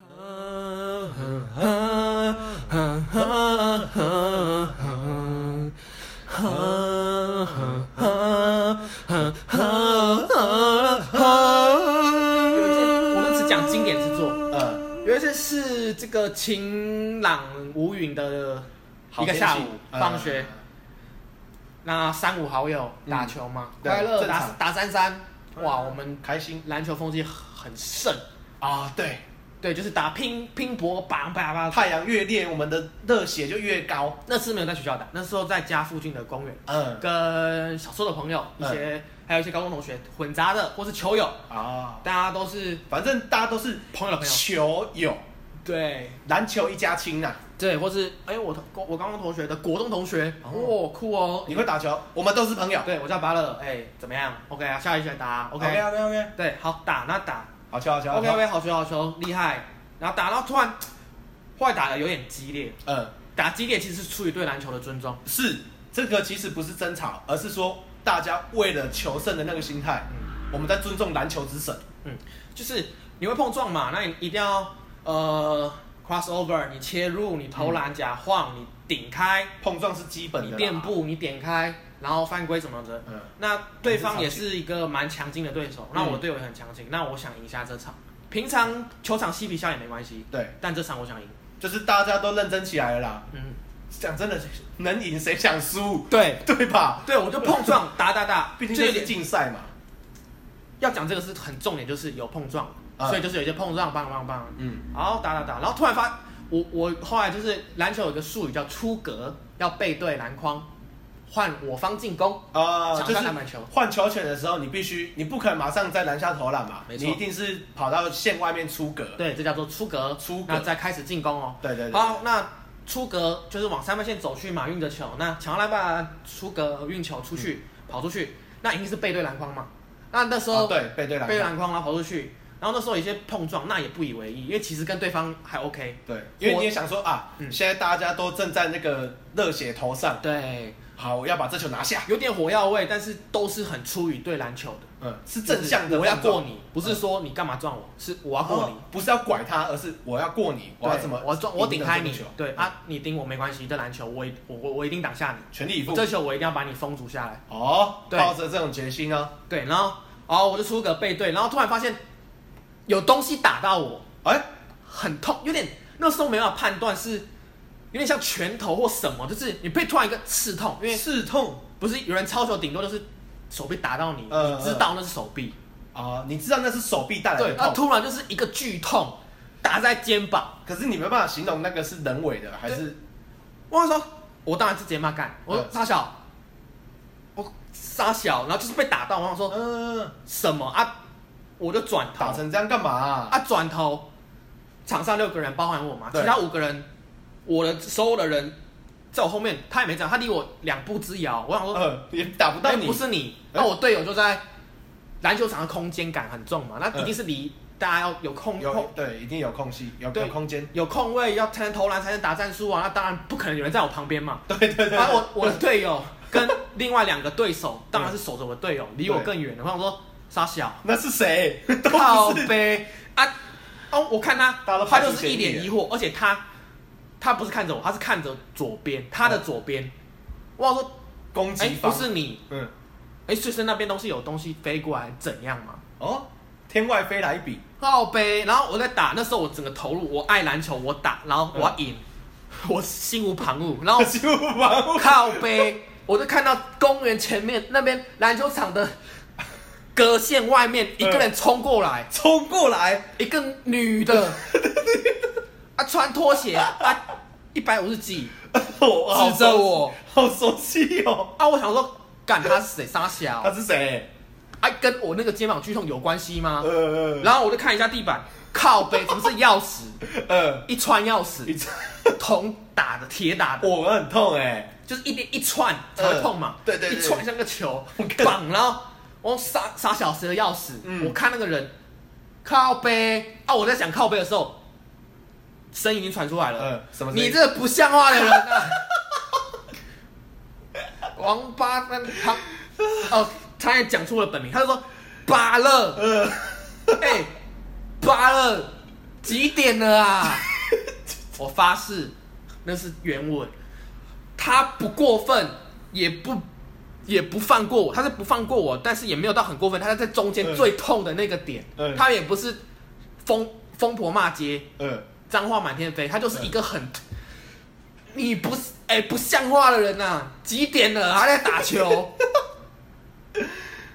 呃有一次是这个晴朗无云的一个下午嗯放学，那三五好友打球嘛，对快乐嗯正打常嗯打三三，哇，我们开心篮球风气很盛，啊，对，对，就是打拼拼搏，叭叭叭。太阳越烈，我们的热血就越高。那次没有在学校打，那时候在家附近的公园，嗯跟小时候的朋友一些，还有一些高中同学混杂的，或是球友，啊，大家都是反正大家都是哦朋友的朋友，球友，对篮球一家亲啊呐。对，或是哎、我同我高中同学的国中同学，哦哦酷哦，你会打球，我们都是朋友。对我叫巴乐，哎、怎么样？OK 啊，下一拳打 OK ，OK， OK OK，对，好打那打好球好球。 ，OK OK，好球好球，厉害，然后打到突然，后来打的有点激烈，嗯，打激烈其实是出于对篮球的尊重，是这个其实不是争吵，而是说大家为了求胜的那个心态，嗯我们在尊重篮球之神。嗯，就是你会碰撞嘛，那你一定要呃 cross over，你切入，你投篮假晃，你顶开，碰撞是基本的你啦。垫步，你点开，然后犯规什么的。嗯，那对方也是嗯一个蛮强劲的对手，那我的队友也很强劲，那我想赢下这场。平常球场嬉皮笑也没关系，对，但这场我想赢。就是大家都认真起来了啦。嗯，讲真的，能赢谁想输， 对，对吧？对我就碰撞打打 打，毕竟就这有是点竞赛嘛。要讲这个是很重点，就是有碰撞，嗯所以就是有一些碰撞，棒棒棒，嗯，然后打打打，然后突然发，我我后来就是篮球有一个术语叫出格，要背对篮筐，换我方进攻，啊、抢就是上篮板球。换球权的时候，你必须，你不可能马上在篮下投篮嘛，没错你一定是跑到线外面出格。对，这叫做出格，出格那再开始进攻哦。对对对，好，那出格就是往三分线走去嘛，运着球，那抢到篮板，出格运球出嗯去，跑出去，那一定是背对篮筐嘛。那那时候、哦对背对篮背对筐，篮筐，然后啊跑出去，然后那时候有一些碰撞，那也不以为意，因为其实跟对方还 OK。对，因为你也想说啊，嗯现在大家都正在那个热血头上，对，好，我要把这球拿下。有点火药味，但是都是很出于对篮球的嗯，是正向的碰撞，我要过你，不是说你干嘛撞我，是我要过你哦。不是要拐他，而是我要过你，哦我要对怎么赢得这个球，我撞我顶开你，对嗯，啊，你顶我没关系，这篮球我一我我我一定挡下你，全力以赴。这球我一定要把你封阻下来。哦，对抱着这种决心哦，对，然后哦，我就出个背对，然后突然发现有东西打到我，哎、很痛，有点那时候没办法判断是有点像拳头或什么，就是你被突然一个刺痛，因为刺痛不是有人抄球，顶多就是手臂打到你，嗯你知道那是手臂，啊、你知道那是手臂带来对啊的，那呃痛，突然就是一个剧痛打在肩膀，可是你没办法形容那个是人为的还是我说我当然是直接骂干，我说嗯沙小，我沙小，然后就是被打到，我想说嗯、什么啊，我就转头打成这样干嘛啊、啊，转头，场上六个人，包含我嘛，对其他五个人，我的所有的人在我后面，他也没讲，他离我两步之遥。我想说，呃，也打不那、到你，不是你，哎那、我队友就在篮球场的空间感很重嘛，那一定是离大家要有空嗯有空对，一定有空隙，有对有空间， 有空位，要才能投篮，才能打战术啊。那当然不可能有人在我旁 边嘛。对对对对，反正我我的队友跟另外两个对手，当然是守着我的队友，离我对更远的。我想说，傻小。那是谁？都靠不是背啊！哦，我看他大家都，他排除就是一脸疑惑，而且他他不是看着我，他是看着左边，他的左边。我想说，哦攻哎、击不方，是你，嗯，哎、就是那边东西有东西飞过来，怎样嘛？哦，天外飞来一笔，靠背，然后我在打，那时候我整个投入，我爱篮球，我打，然后我要赢，嗯我心无旁骛， 然后心无旁骛，靠背，我就看到公园前面那边篮球场的隔线外面嗯一个人冲过来，冲过来， 一个女的，啊，穿拖鞋啊，一百五十几，我好指着我好熟悉哦，啊，我想说，干他是谁？傻小他，是谁？啊，跟我那个肩膀剧痛有关系吗？呃然后我就看一下地板，靠背怎么是钥 匙？呃，一串钥匙，你这铜打的，铁打的，我很痛哎，就是一点一串才会痛嘛嗯，对对对一串像个球 我看，绑，然后我傻傻小谁的钥匙？嗯我看那个人靠背啊，我在想靠背的时候。声音已经传出来了，嗯，什么声音？你这不像话的人 啊！王八蛋，他哦，他也讲出了本名，他就说巴勒，呃， 哎、巴勒，几点了啊？我发誓，那是原文，他不过分，也不也不放过我，他是不放过我，但是也没有到很过分，他是在中间嗯最痛的那个点，嗯他也不是疯疯婆骂街，嗯，脏话满天飞，他就是一个很，你不是哎、不像话的人呐、几点了还在打 球？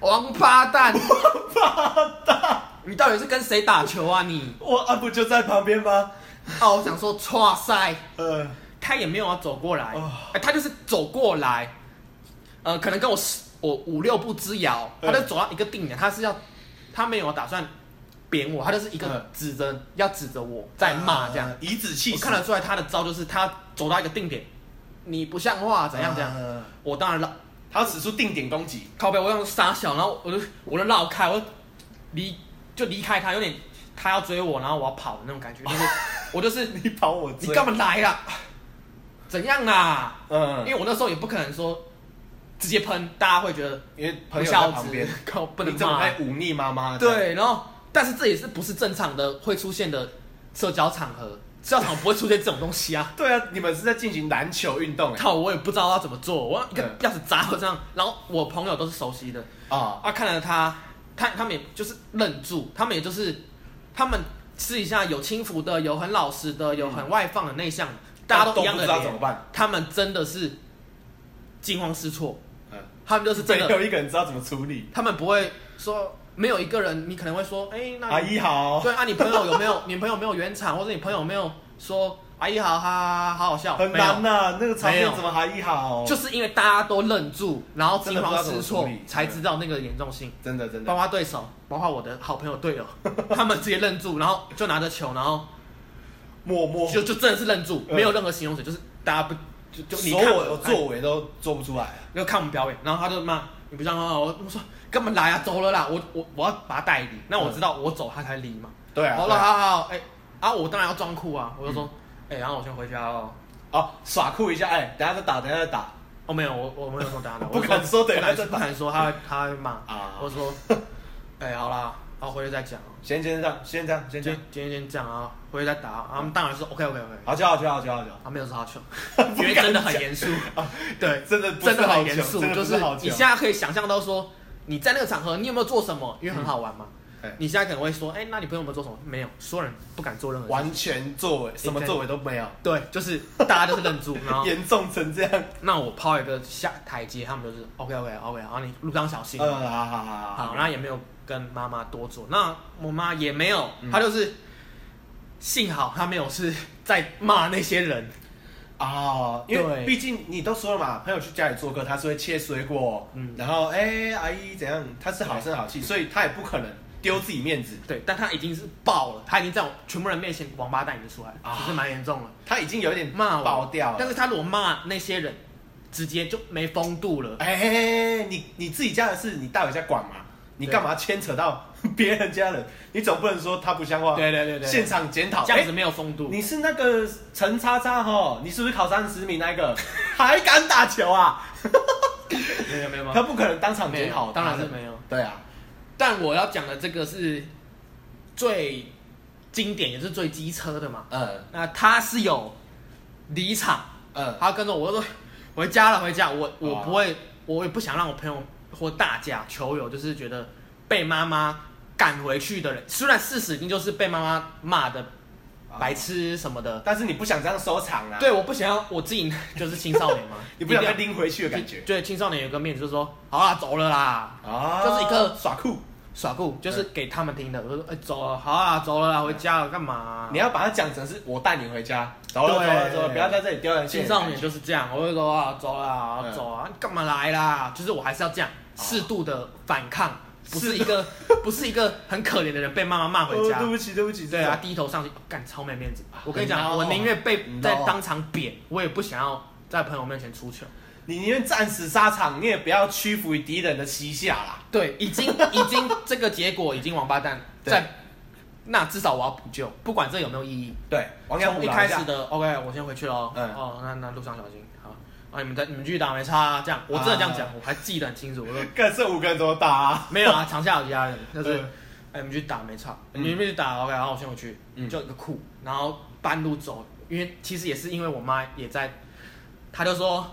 王八蛋！王八蛋！你到底是跟谁打球啊你？我啊不就在旁边吗？哦，我想说，哇塞，嗯，他也没有要走过来，哎、哦他就是走过来，呃，可能跟我十我五六步之遥，他嗯就走到一个定点，他是要，他没有打算扁我，他就是一嗯个指着、要指着我在骂这样。啊，颐指气我使，看得出来他的招就是他走到一个定点，你不像话，怎样怎样。嗯我当然绕他使出定点攻击，靠背，我用傻小，然后我就我就绕开，我离就离开他，有点他要追我，然后我要跑的那种感觉，就是 我就是你跑我你追，干嘛来啦？怎样啦？因嗯，为我那时候也不可能说直接喷，大家会觉得因为不朋友在孝旁边子，，靠不能你怎么骂还。忤逆妈妈？，对，然后但是这也是不是正常的会出现的社交场合，社交场合不会出现这种东西啊。对啊，你们是在进行篮球运动 哎，靠，我也不知道要怎么做，我一个嗯钥匙砸我这样，然后我朋友都是熟悉的，啊，啊，看了他，看他们也就是愣住，他们也就是，他们私底下有轻浮的，有很老实的，有很外放的内向的，大家都一样嗯不的知道怎么脸，办，他们真的是惊慌失措，嗯，他们就是真没的，有一个人知道怎么处理。他们不会说没有一个人，你可能会说，哎、那你阿姨好，对啊，你朋友有没有，你朋友有没有圆场，或者你朋友有没有说阿姨好，哈哈哈，好好笑，很没有难呐、那个场没面有怎么阿姨好？就是因为大家都愣住，然后惊慌失措哦真的不知道怎么处理，才知道那个严重性。真的真包的，括对手，包括我的好朋友 队友，他们直接愣住，然后就拿着球，然后默默就就真的是愣住，哦嗯没有任何形容词，就是大家不就就你所看哎有我作为都做不出来、啊哎就看我们表演，然后他就骂你不像话，我我说根本来啊，走了啦，我我我要把他带离，那我知道我走他才离嘛。对嗯啊，好对了，啊嗯好好，好哎啊，我当然要装酷啊，我就说，哎，然后我先回家哦。哦，耍酷一下，哎、等一下再打，等一下再打，哦，没有，我我没有说 打的，不敢说我等一下不敢再打不敢说，他会他会骂啊我 说，哎，好啦，啊，回去再讲，先先这样，先这样，先今这天样，今天先这样啊，回去再打啊，他们当然是 OK OK OK，好球好球好球好球，他没有说好球， 不因为敢真的很严肃，对，真的不是真的好很球严肃，真的就不是好球你现在可以想象到说你在那个场合你有没有做什么，因为很好玩嘛嗯对，你现在可能会说，哎，那你朋友有没有做什么？没有，所有人不敢做任何事，完全作为哎什么作为都没有，对，就是大家就是愣住， 然后严重成这样，那我抛一个下台阶，他们就是 OK OK OK，然后你路上小心。嗯，好好好好，然后也没有跟妈妈多做，那我妈也没有，嗯她就是幸好她没有是在骂那些人，哦，因为对毕竟你都说了嘛，朋友去家里做客，他是会切水果，嗯然后哎、阿姨怎样，他是好声好气，所以他也不可能丢自己面子，对，但她已经是爆了，她已经在我全部人面前王八蛋已经出来了，啊其实蛮严重了，他已经有一点骂我爆掉了但。是她如果骂那些人，直接就没风度了，哎、你你自己家的事，你大有在管嘛？你干嘛牵扯到别人家人？你总不能说他不像话，对对对对，现场检讨。这样子哎没有风度，你是那个陈叉叉吼，你是不是考三十名那个？还敢打球啊？没有没有没他有，不可能当场检讨，当然是。没有，对啊，但我要讲的这个是最经典也是最机车的嘛，嗯那她是有离场。嗯，他跟着我，我就说 回家了，回家。我我哦不会，我也不想让我朋友或大家球友，就是觉得被妈妈赶回去的人，虽然事实已经就是被妈妈骂的白痴什么的。但是你不想这样收场啊？对，，我不想要我自己 就是青少年嘛， 你不想一被定拎回去的要感觉对，青少年有个面子，就是说好啦，走了啦，啊就是一个耍酷。耍酷，就是给他们听的。我就说，哎、走了，好啦，走了啦，回家了，干嘛啊、你要把它讲成是我带你回家，走了走对了走了，不要在这里丢人现青眼。少年就是这样，我会说啊，走啦嗯，哦走啊，你干嘛来啦？就是我还是要这样适度的反抗，不是一个 不是一个很可怜的人被妈妈骂回哦家对。不起对不起，对这啊，种，低头上去，哦干超没面子啊。我跟你很孬哦讲，我宁愿被很孬哦在当场扁，我也不想要在朋友面前出糗。你宁愿战死沙场，你也不要屈服于敌人的膝下啦。对，已经已经这个结果已经王八蛋，对在那至少我要补救，不管这有没有意义。对，王阳从虎一老开人家始的 OK，我先回去喽。啊嗯哦，那那路上小心。好，啊，你们在你们继续打没差、啊，这样我真的这样讲，啊我还记得很清楚。我说干这五个人怎么打啊？ 没有啊，场下有其他人，就是嗯哎、你们去打没差，嗯你们去打 OK，然后我先回去，嗯就一个库，然后半路走，因为其实也是因为我妈也在，她就说，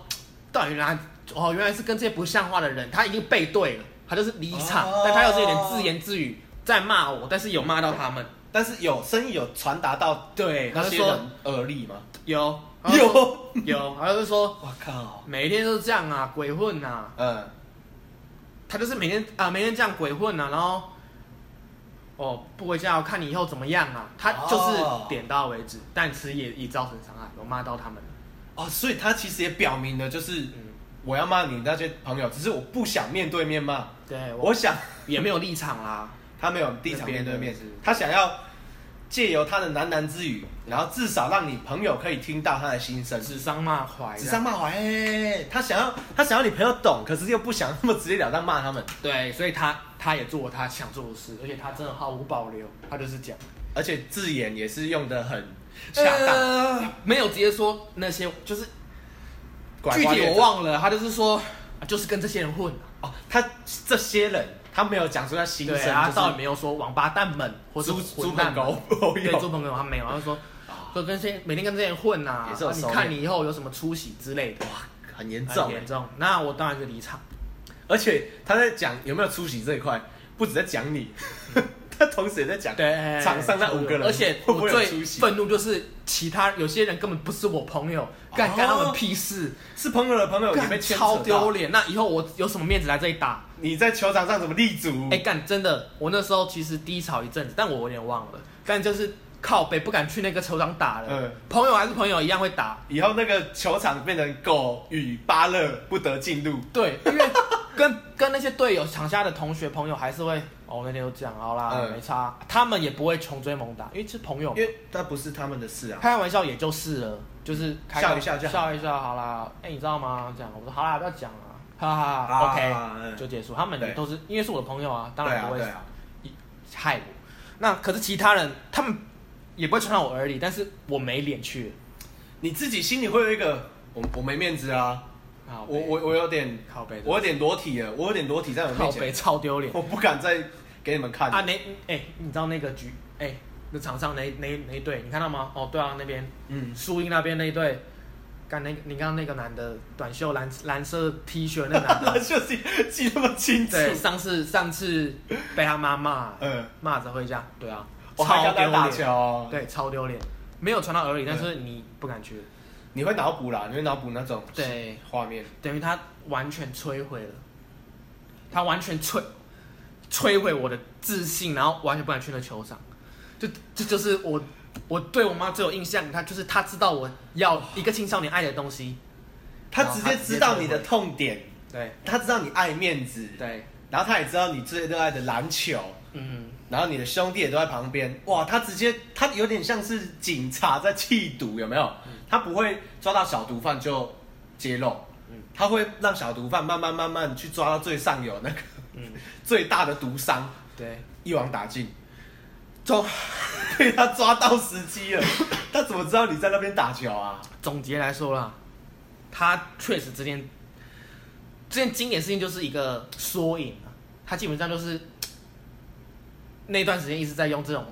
到底原来哦原来是跟这些不像话的人，她已经背对了，她就是离场，哦但她又是有点自言自语在骂我，但是有骂到他们，但是有生意有传达到对，他那就些说人耳里吗？有有，有，他就说我靠，每天都这样啊，鬼混啊，嗯，他就是每天啊、每天这样鬼混啊，然后哦不回家，我看你以后怎么样啊，他哦就是点到为止，但其实也也造成伤害，有骂到他们，哦，所以他其实也表明了，就是嗯，我要骂你那些朋友，只是我不想面对面骂，对我我想也没有立场啦，他没有立场那边面的对面是，他想要借由他的喃喃之语，然后至少让你朋友可以听到他的心声。指桑骂槐，指桑骂槐，哎，他想要他想要你朋友懂，可是又不想那么直截了当骂他们，对，所以他他也做他想做的事，而且他真的毫无保留，他就是讲，而且字眼也是用的很下恰当。当，没有直接说那些，就是拐具瓜体裂我枣忘了，他就是说，啊就是跟这些人混、啊。哦，他这些人他没有讲出他心声，对啊，他就是到底没有说王八蛋们或是猪混猪蛋朋们狗朋对，做友，朋友他没有，他就说，说跟这些每天跟这些人混呐、啊，啊也是有你收敛看你以后有什么出息之类的，很严很重欸。严重。那我当然是离场，而且他在讲有没有出席这一块，不止在讲你， 他同时也在讲对场上那五个人而且会不我会有最出息愤怒就是其他有些人根本不是我朋友，干干他们屁事，是朋友的朋友也哦被干牵扯到超丢。脸。那以后我有什么面子来这里打？你在球场上怎么立足？哎、干真的，我那时候其实低潮一阵子，但我有点忘了，但就是靠北不敢去那个球场打了，嗯朋友还是朋友一样会打。以后那个球场变成狗与巴勒不得进入。对，因为跟跟那些队友、场下的同学、朋友还是会，哦，那天都这样，好啦，嗯没差。他们也不会穷追猛打，因为是朋友嘛因，为那不是他们的事啊，开玩笑也就是了，就是开个笑一笑就好笑一笑，好啦。哎、你知道吗？这样，我说好啦，不要讲了，哈哈哈啊 o k 嗯就结束。他们也对都是因为是我的朋友啊，当对然啊不会对啊，害我。那可是其他人，他们也不会传到我耳里，但是我没脸去你自己心里会有一个我我没面子啊，啊，我我我有点靠背，我有点裸体了，我有点裸体在我靠面背前，超丢脸。我不敢再给你们看 啊，那哎、你知道那个局哎、那场上哪哪哪一队？你看到吗？哦，对啊，那边嗯，输赢那边那一队，干那个你刚刚那个男的短袖蓝蓝色 T 恤那个男 的，就是记那么清楚，对，上次上次被他妈骂嗯，骂着回家，对啊，我还超敢丢来打脸，球，对，超丢脸，没有传到耳里，嗯但是你不敢去，你会脑补啦，你会脑补那种对，画面，等于他完全摧毁了，他完全摧摧毁我的自信，然后完全不敢去那球场。就这就是我我对我妈最有印象，她就是她知道我要一个青少年爱的东西。他直接知道你的痛点，对他知道你爱面子，对，然后他也知道你最热爱的篮球，嗯，然后你的兄弟也都在旁边，哇，他直接他有点像是警察在缉毒，有没有？他不会抓到小毒贩就揭露嗯，他会让小毒贩慢慢慢慢去抓到最上游那个嗯 最大的毒商，对，一网打尽。总被他抓到时机了，他怎么知道你在那边打球啊？总结来说啦，她确实这件这件经典事情就是一个缩影啊，她基本上就是那段时间一直在用这种，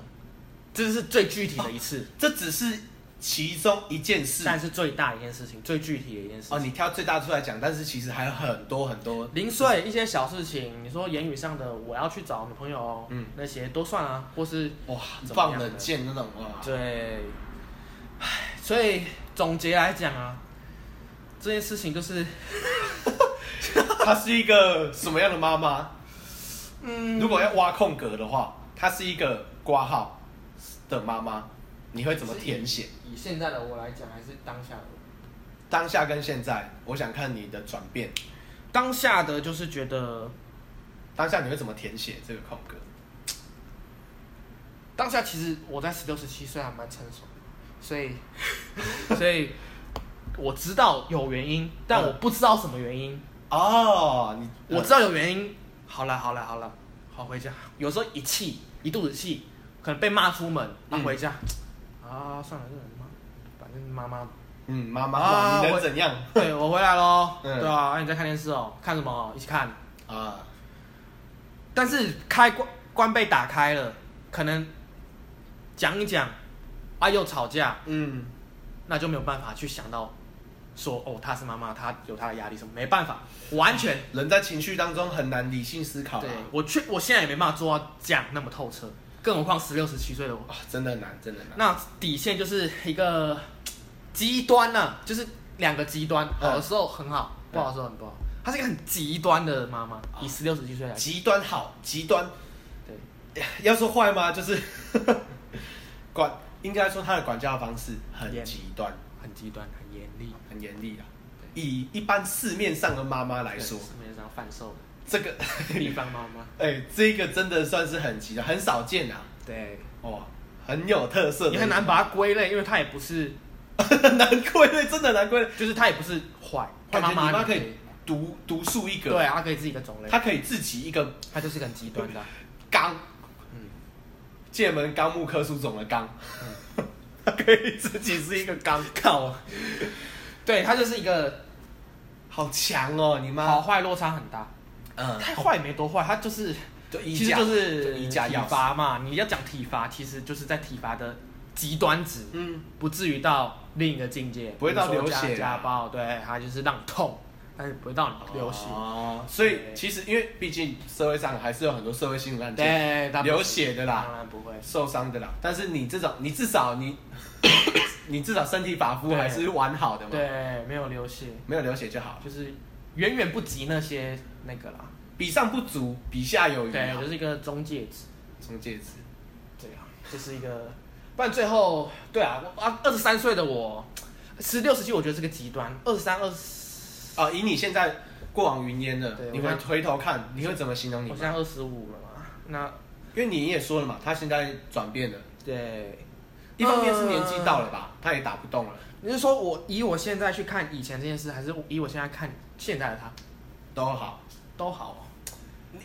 这是最具体的一次。这只是其中一件事但是最大一件事情，最具体的一件事哦，情。你挑最大出来讲，但是其实还有很多很多。零碎一些小事情，你说言语上的，我要去找女朋友哦，嗯那些都算啊，或是哇怎么样的，放冷箭那种哇！对，唉，所以总结来讲啊，这件事情就是，她是一个什么样的妈妈？嗯，如果要挖空格的话，她是一个挂号的妈妈，你会怎么填写？以现在的我来讲，还是当下的我，当下跟现在，我想看你的转变。当下的就是觉得，当下你会怎么填写这个空格？当下其实我在十六十七岁还蛮成熟的，所 以，所以我知道有原因，但我不知道什么原因。哦，你我知道有原因。好了好了好了，好回家。有时候一气一肚子气，可能被骂出门，那、嗯回家，啊算了，这人妈，反正妈 妈。嗯，妈妈，啊你能我怎样对，我回来喽。嗯对啊，啊你在看电视哦？看什么？一起看。啊？但是开关关被打开了，可能讲一讲，啊又吵架，嗯，那就没有办法去想到说哦，她是妈妈，她有她的压力什么，没办法，完全。人在情绪当中很难理性思考、啊。对我确我现在也没办法做到这样那么透彻，更何况十六十七岁的我。啊，真的很难，真的很难。那底线就是一个极端呐、就是两个极端，好的时候很好，嗯哦不好的时候很不好。她是一个很极端的妈妈，以十六十七岁来讲，极端好，极端 对，要说坏吗？就是管，应该说他的管教方式很严极端，很极端，很严厉。很严厉啊。以一般市面上的妈妈来说对，市面上贩售的这个，地方妈 妈，哎、这个真的算是很极端，很少见啊。对，哦，很有特色的，你很难把它归类，因为她也不是，很 难归类，真的很难归类。就是她也不是坏，她感妈觉你妈妈你可以，独独树一格，对，啊，她可以自己的种类，她可以自己一个她就是个很极端的啊，纲，嗯界门纲目科属种的纲，嗯。她可以自己是 一个纲，靠，对他就是一个好强哦，你妈，好坏落差很大，嗯，太坏也没多坏，他就是就其一实架，就是一体架钥匙罚嘛。你要讲体罚，其实就是在体罚的极端值，嗯，不至于到另一个境界，不会到比如说流血啊家家暴，对，他就是让你痛，但是不会到你流血，哦，所以其实因为毕竟社会上还是有很多社会性的案件，对，他不流血的啦当然不会。受伤的啦，但是你这种，你至少你，你至少身体发肤还是完好的嘛，，对，没有流血，没有流血就好，就是远远不及那些那个啦。比上不足，比下有余，啊对，就是一个中介值。中介值，对啊，这是一个，不然最后对啊，我啊二十三岁的我，十六十七我觉得是个极端，二十三二十，啊，以你现在过往云烟了对，你我会看回头看，你会怎么形容你我妈现？在二十五了嘛，那因为你也说了嘛，她现在转变了，对，一方面是年纪到了吧，她也打不动了，你是说我以我现在去看以前这件事，还是以我现在看现在的他，都好。都好、哦，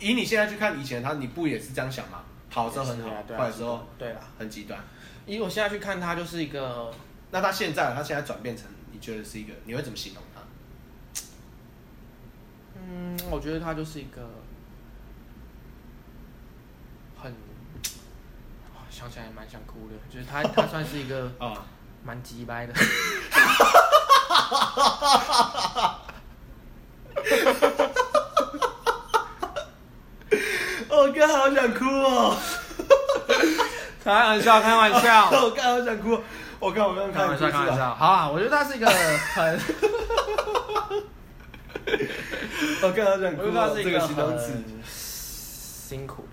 以你现在去看以前她，你不也是这样想吗？好的时候很好也是啊，对啊坏的时候对啦，很极端。以我现在去看他就是一个，那她现在，她现在转变成，你觉得是一个，你会怎么形容她？嗯，我觉得他就是一个很。哇想起来也蛮想哭的，就是他，他算是一个啊，蛮鸡掰 的。我刚好想哭哦， 开玩笑，开玩笑， 我刚好想哭哦，我看我刚刚开玩笑，哭开出来玩笑。好啊，我觉得他是一个很， 我刚好想哭我觉得哦他，是这一个形容词很辛苦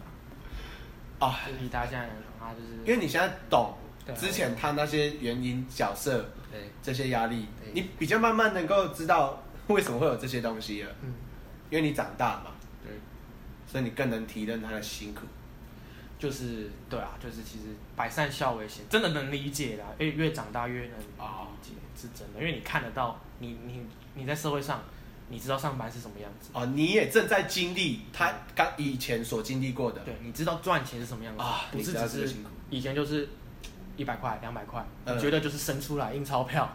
的，啊，就是以他现在来说，他就是因为你现在懂对啊之前她那些原因、角色对，这些压力，对你比较慢慢能够知道为什么会有这些东西了，嗯，因为你长大嘛，对，所以你更能体认她的辛苦。就是对啊，就是其实百善孝为先，真的能理解啦。越越长大越能哦理解，是真的，因为你看得到，你你你在社会上，你知道上班是什么样子，哦，你也正在经历她刚以前所经历过的，对，你知道赚钱是什么样子啊，不是你知道这只个是辛苦以前就是一百块、两百块，嗯你觉得就是生出来印钞票，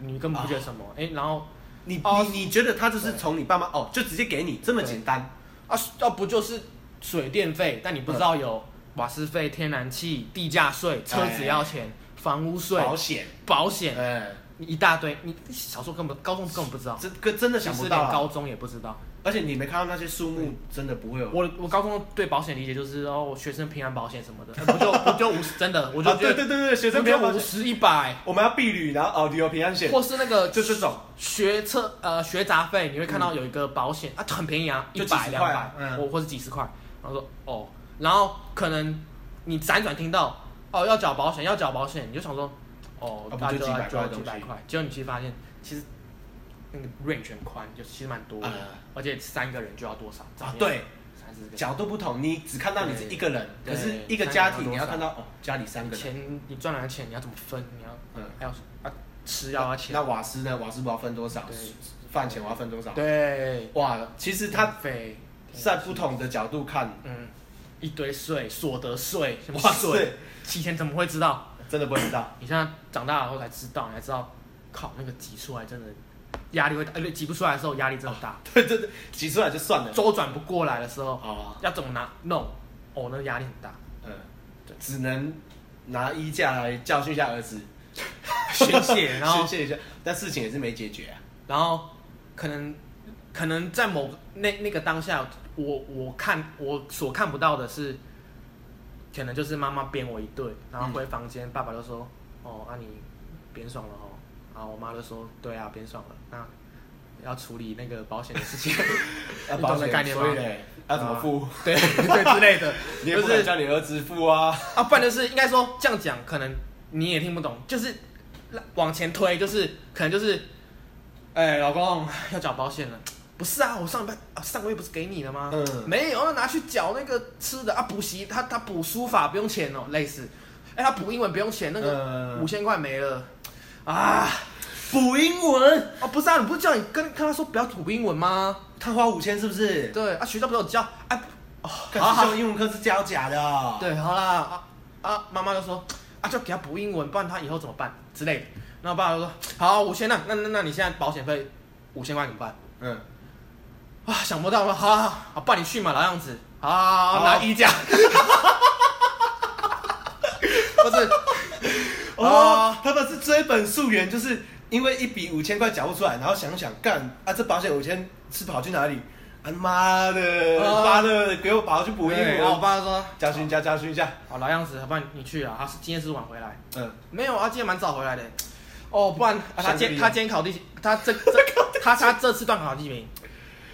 你根本不觉得什么，哎，然后。啊你哦你你觉得她就是对从你爸妈哦，就直接给你这么简单，啊，要不就是水电费，但你嗯不知道有瓦斯费、天然气、地价税、车子要钱、房屋税、哎保险，保险，哎，你一大堆，你小时候根本高中根本不知道，这个真的其想实不连到啊高中也不知道。而且你没看到那些数目，真的不会有。我我高中对保险理解就是哦，我学生平安保险什么的， 不就不就五十，真的我就啊觉对得对对对，学我生觉平得安保五险，十一百，我们要避旅，然后哦旅游平安险，或是那个就这种。学车呃学杂费，你会看到有一个保险、啊，很便宜啊，一就百几十两块百啊，嗯我或者几十块。然后说哦，然后可能你辗转听到哦要缴保险，要缴保险，你就想说哦啊，不大家就就几要百就块要的几东百西块，结果你其实发现其实那个 range 很宽，就其实蛮多的，嗯而且三个人就要多少？啊，怎么样，对，三四个。角度不同，你只看到你是一个人，对可是一个家庭对你要看到哦，家里三个人，钱你赚来的钱你要怎么分？你要嗯，还要啊吃要啊钱那，瓦斯呢？瓦斯我要分多少对？饭钱我要分多少？对，哇，其实他费在不同的角度看，嗯，一堆税，所得税，什么哇税，塞，以前怎么会知道？真的不会知道。 你现在长大了后才知道，你才知道，靠，那个挤出来真的压力会大，而且挤不出来的时候压力真的大，对对对，挤出来就算了。周转不过哦来的时候，哦，要怎么拿弄？哦，那个压力很 大，嗯对，只能拿衣架来教训一下 儿子，宣泄，然后宣泄一下，但事情也是没解决啊。然后可能可能在某那那个当下，我我看我所看不到的是，可能就是妈妈编我一对，然后回房间，爸爸就说：“嗯哦，那、你编爽了哦。”然后我妈就说：“对啊，编爽了。”那要处理那个保险的事 情，要你保懂的险概念吗所以？嘞要怎么付？对对之类的， 你也不就能是叫你儿子付啊。啊，不然就是应该说这样讲，可能你也听不懂，就是往前推，就是可能就是，哎、老公要缴保险了。不是啊，我上礼拜、啊、上个月不是给你了吗？嗯没有，要啊拿去缴那个吃的啊，补习他他补书法不用钱哦，类似，哎、他补英文不用钱，那个嗯五千块没了，啊，补英文，哦不是啊，你不是叫你跟跟他说不要补英文吗？他花五千是不是？对啊，学校不是有教，哎、哦，好可是这好种英文课是教假的啊。对，好啦，啊啊，妈妈就说啊，就给他补英文，不然他以后怎么办之类的。然后爸爸就说好，五千那那那那你现在保险费五千块怎么办？嗯，啊，想不到吧？好好好，爸你去嘛，老样子，好好好好拿衣架，不是哦啊，他们是追本溯源，就是因为一笔五千块缴不出来，然后想想干啊，这保险五千是跑去哪里？啊妈的，啊妈的，给我跑去补英对然后我文，爸就说家训一下，家训一下。好老样子，不然你去啊，他是今天是晚回来，嗯，没有啊，今天蛮早回来的。哦，不然、啊、他想个今理天由他今天考第他这这他他这次段考第几名？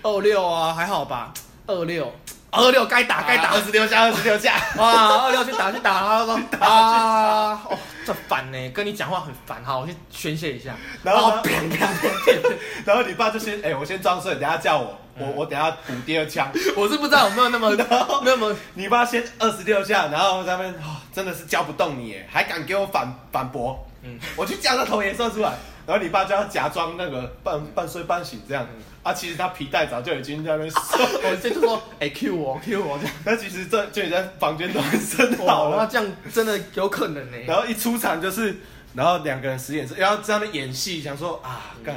二六啊，还好吧，二六二六该打该打啊二，十六下，二十六下。 哇，二六去打去打，然后 说啊，哦，这烦呢，跟你讲话很烦，好，我去宣泄一下， 然后呢啪啪啪啪 然后你爸就先，哎、我先装睡，等下叫我，我我等下补第二枪。 我是不知道有没有 那么那么你爸先二十六下，然后他们、哦、真的是教不动你耶，还敢给我反反驳，嗯我去叫他头也射出来。然后你爸就要假装那个半半睡半醒这样，嗯啊，其实他皮带早就已经在那边射， 我这就说，哎、q 我 Q 我这 样，他其实这就已经在房间都很深好哇，那 了。这样真的有可能呢、然后一出场就是，然后两个人使眼色，然后在那边演戏，想说啊干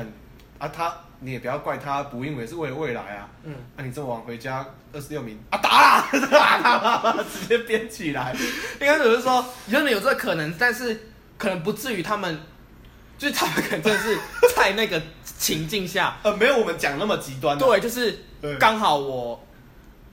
啊他你也不要怪他，不因为是为了未来啊，嗯，啊，你这么晚回家，二十六名啊，打啦， 打啦，直接编起来。应该只是说，真的有这个可能，但是可能不至于他们，就是他们可能真的是在那个情境 下，呃，没有我们讲那么极端、的。对，就是对刚好我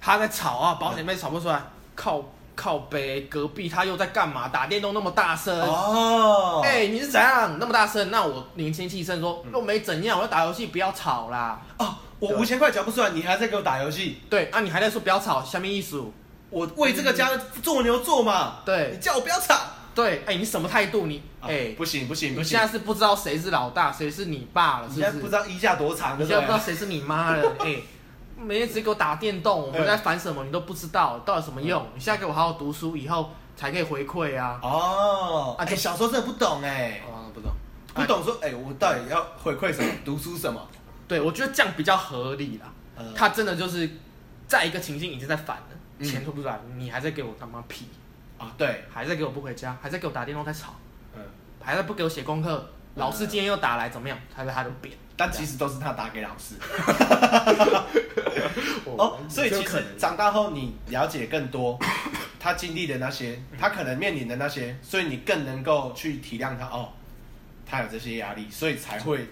他在吵啊，保险被吵不出来，靠靠背隔壁他又在干嘛？打电动那么大声。哦，嗯哎、你是怎样那么大声？那我年轻气盛说又没怎样，我要打游戏，不要吵啦。哦，我对五千块缴不出来，你还在给我打游戏，对啊，你还在说不要吵，下面意思？我为这个家做牛做马，对你叫我不要吵。对，哎、你什么态度？你啊哎、不行不行不你行现，在是不知道谁是老大，谁是你爸了，你是现在不不是知？道衣架多长，你对现在不不知道对？谁是你妈了，哎、每天只给我打电动，我们在烦什么你都不知道，到底什么嗯用？你现在给我好好读书，以后才可以回馈啊！哦，啊哎，就小时候真的不懂哎，啊，不懂，不懂说哎，我到底要回馈什么，读书什么？对我觉得这样比较合理啦。呃他真的就是在一个情境已经在反了，嗯钱退不出来，你还在给我他妈屁，啊，对，还在给我不回家，还在给我打电话在吵，嗯，还在不给我写功课，老师今天又打来怎么样？他在他的扁。但其实都是他打给老师。哦哦，所以其实长大后你了解更 多，他经历的那些，嗯他可能面临的那些，所以你更能够去体谅他哦，他有这些压力，所以才会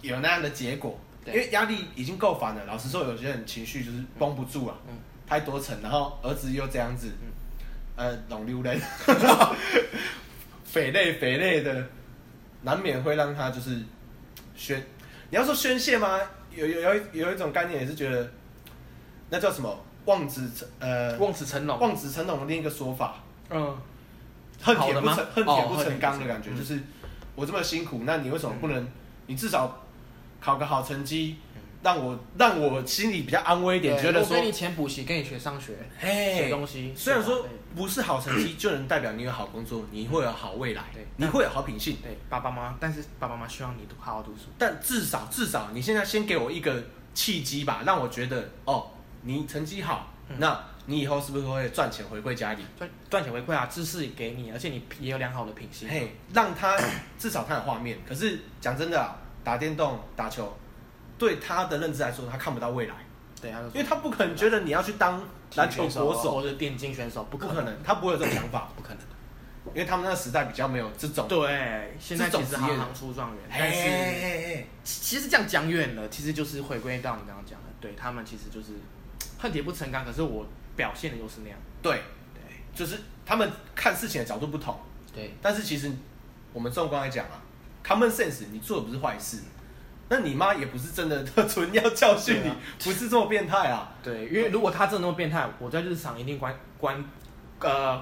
有那样的结果。因对为压力已经够烦了，老实说，有些人情绪就是绷不住啊，嗯太多层，然后儿子又这样子，嗯呃，拢溜 人，匪类匪类的，难免会让他就是宣，你要说宣泄吗？有有有一有一种概念也是觉得，那叫什么望子成呃望子成龙，望子成龙的另一个说法，嗯，恨铁不好成的吗恨铁哦不成钢的感觉，恨铁不成就是我这么辛苦，那你为什么不能？嗯你至少考个好成绩，让我让我心里比较安慰一点，对觉得我说给，你钱补习，给你学上学，学嘿，东西。虽然说对不是好成绩就能代表你有好工作，你会有好未来对，你会有好品性，对爸爸妈妈，但是爸爸妈妈希望你读好好读书。但至少至少你现在先给我一个契机吧，让我觉得哦，你成绩好，那你以后是不是会赚钱回馈家里？赚赚钱回馈啊，知识也给你，而且你也有良好的品性。嘿，让他至少他有画面。可是讲真的啊，打电动、打球，对他的认知来说，他看不到未来，对，他就因为他不可能觉得你要去当篮球国手，或者电竞选手，不不可可，能，他不会有这种想法，不可能。因为他们那个时代比较没有这种。对，现在其这实种职业行的行出状元，嘿但嘿是嘿嘿其实这样讲远了，其实就是回归到你刚刚讲的，对他们其实就是恨铁不成钢，可是我表现的又是那样。对，对，就是他们看事情的角度不同，对，但是其实我们纵观来讲啊，common sense 你做的不是坏事，那你妈也不是真的纯要教训你，对啊不是这么变 态啊。对，因为如果他真的那么变态，我在日常一定观观呃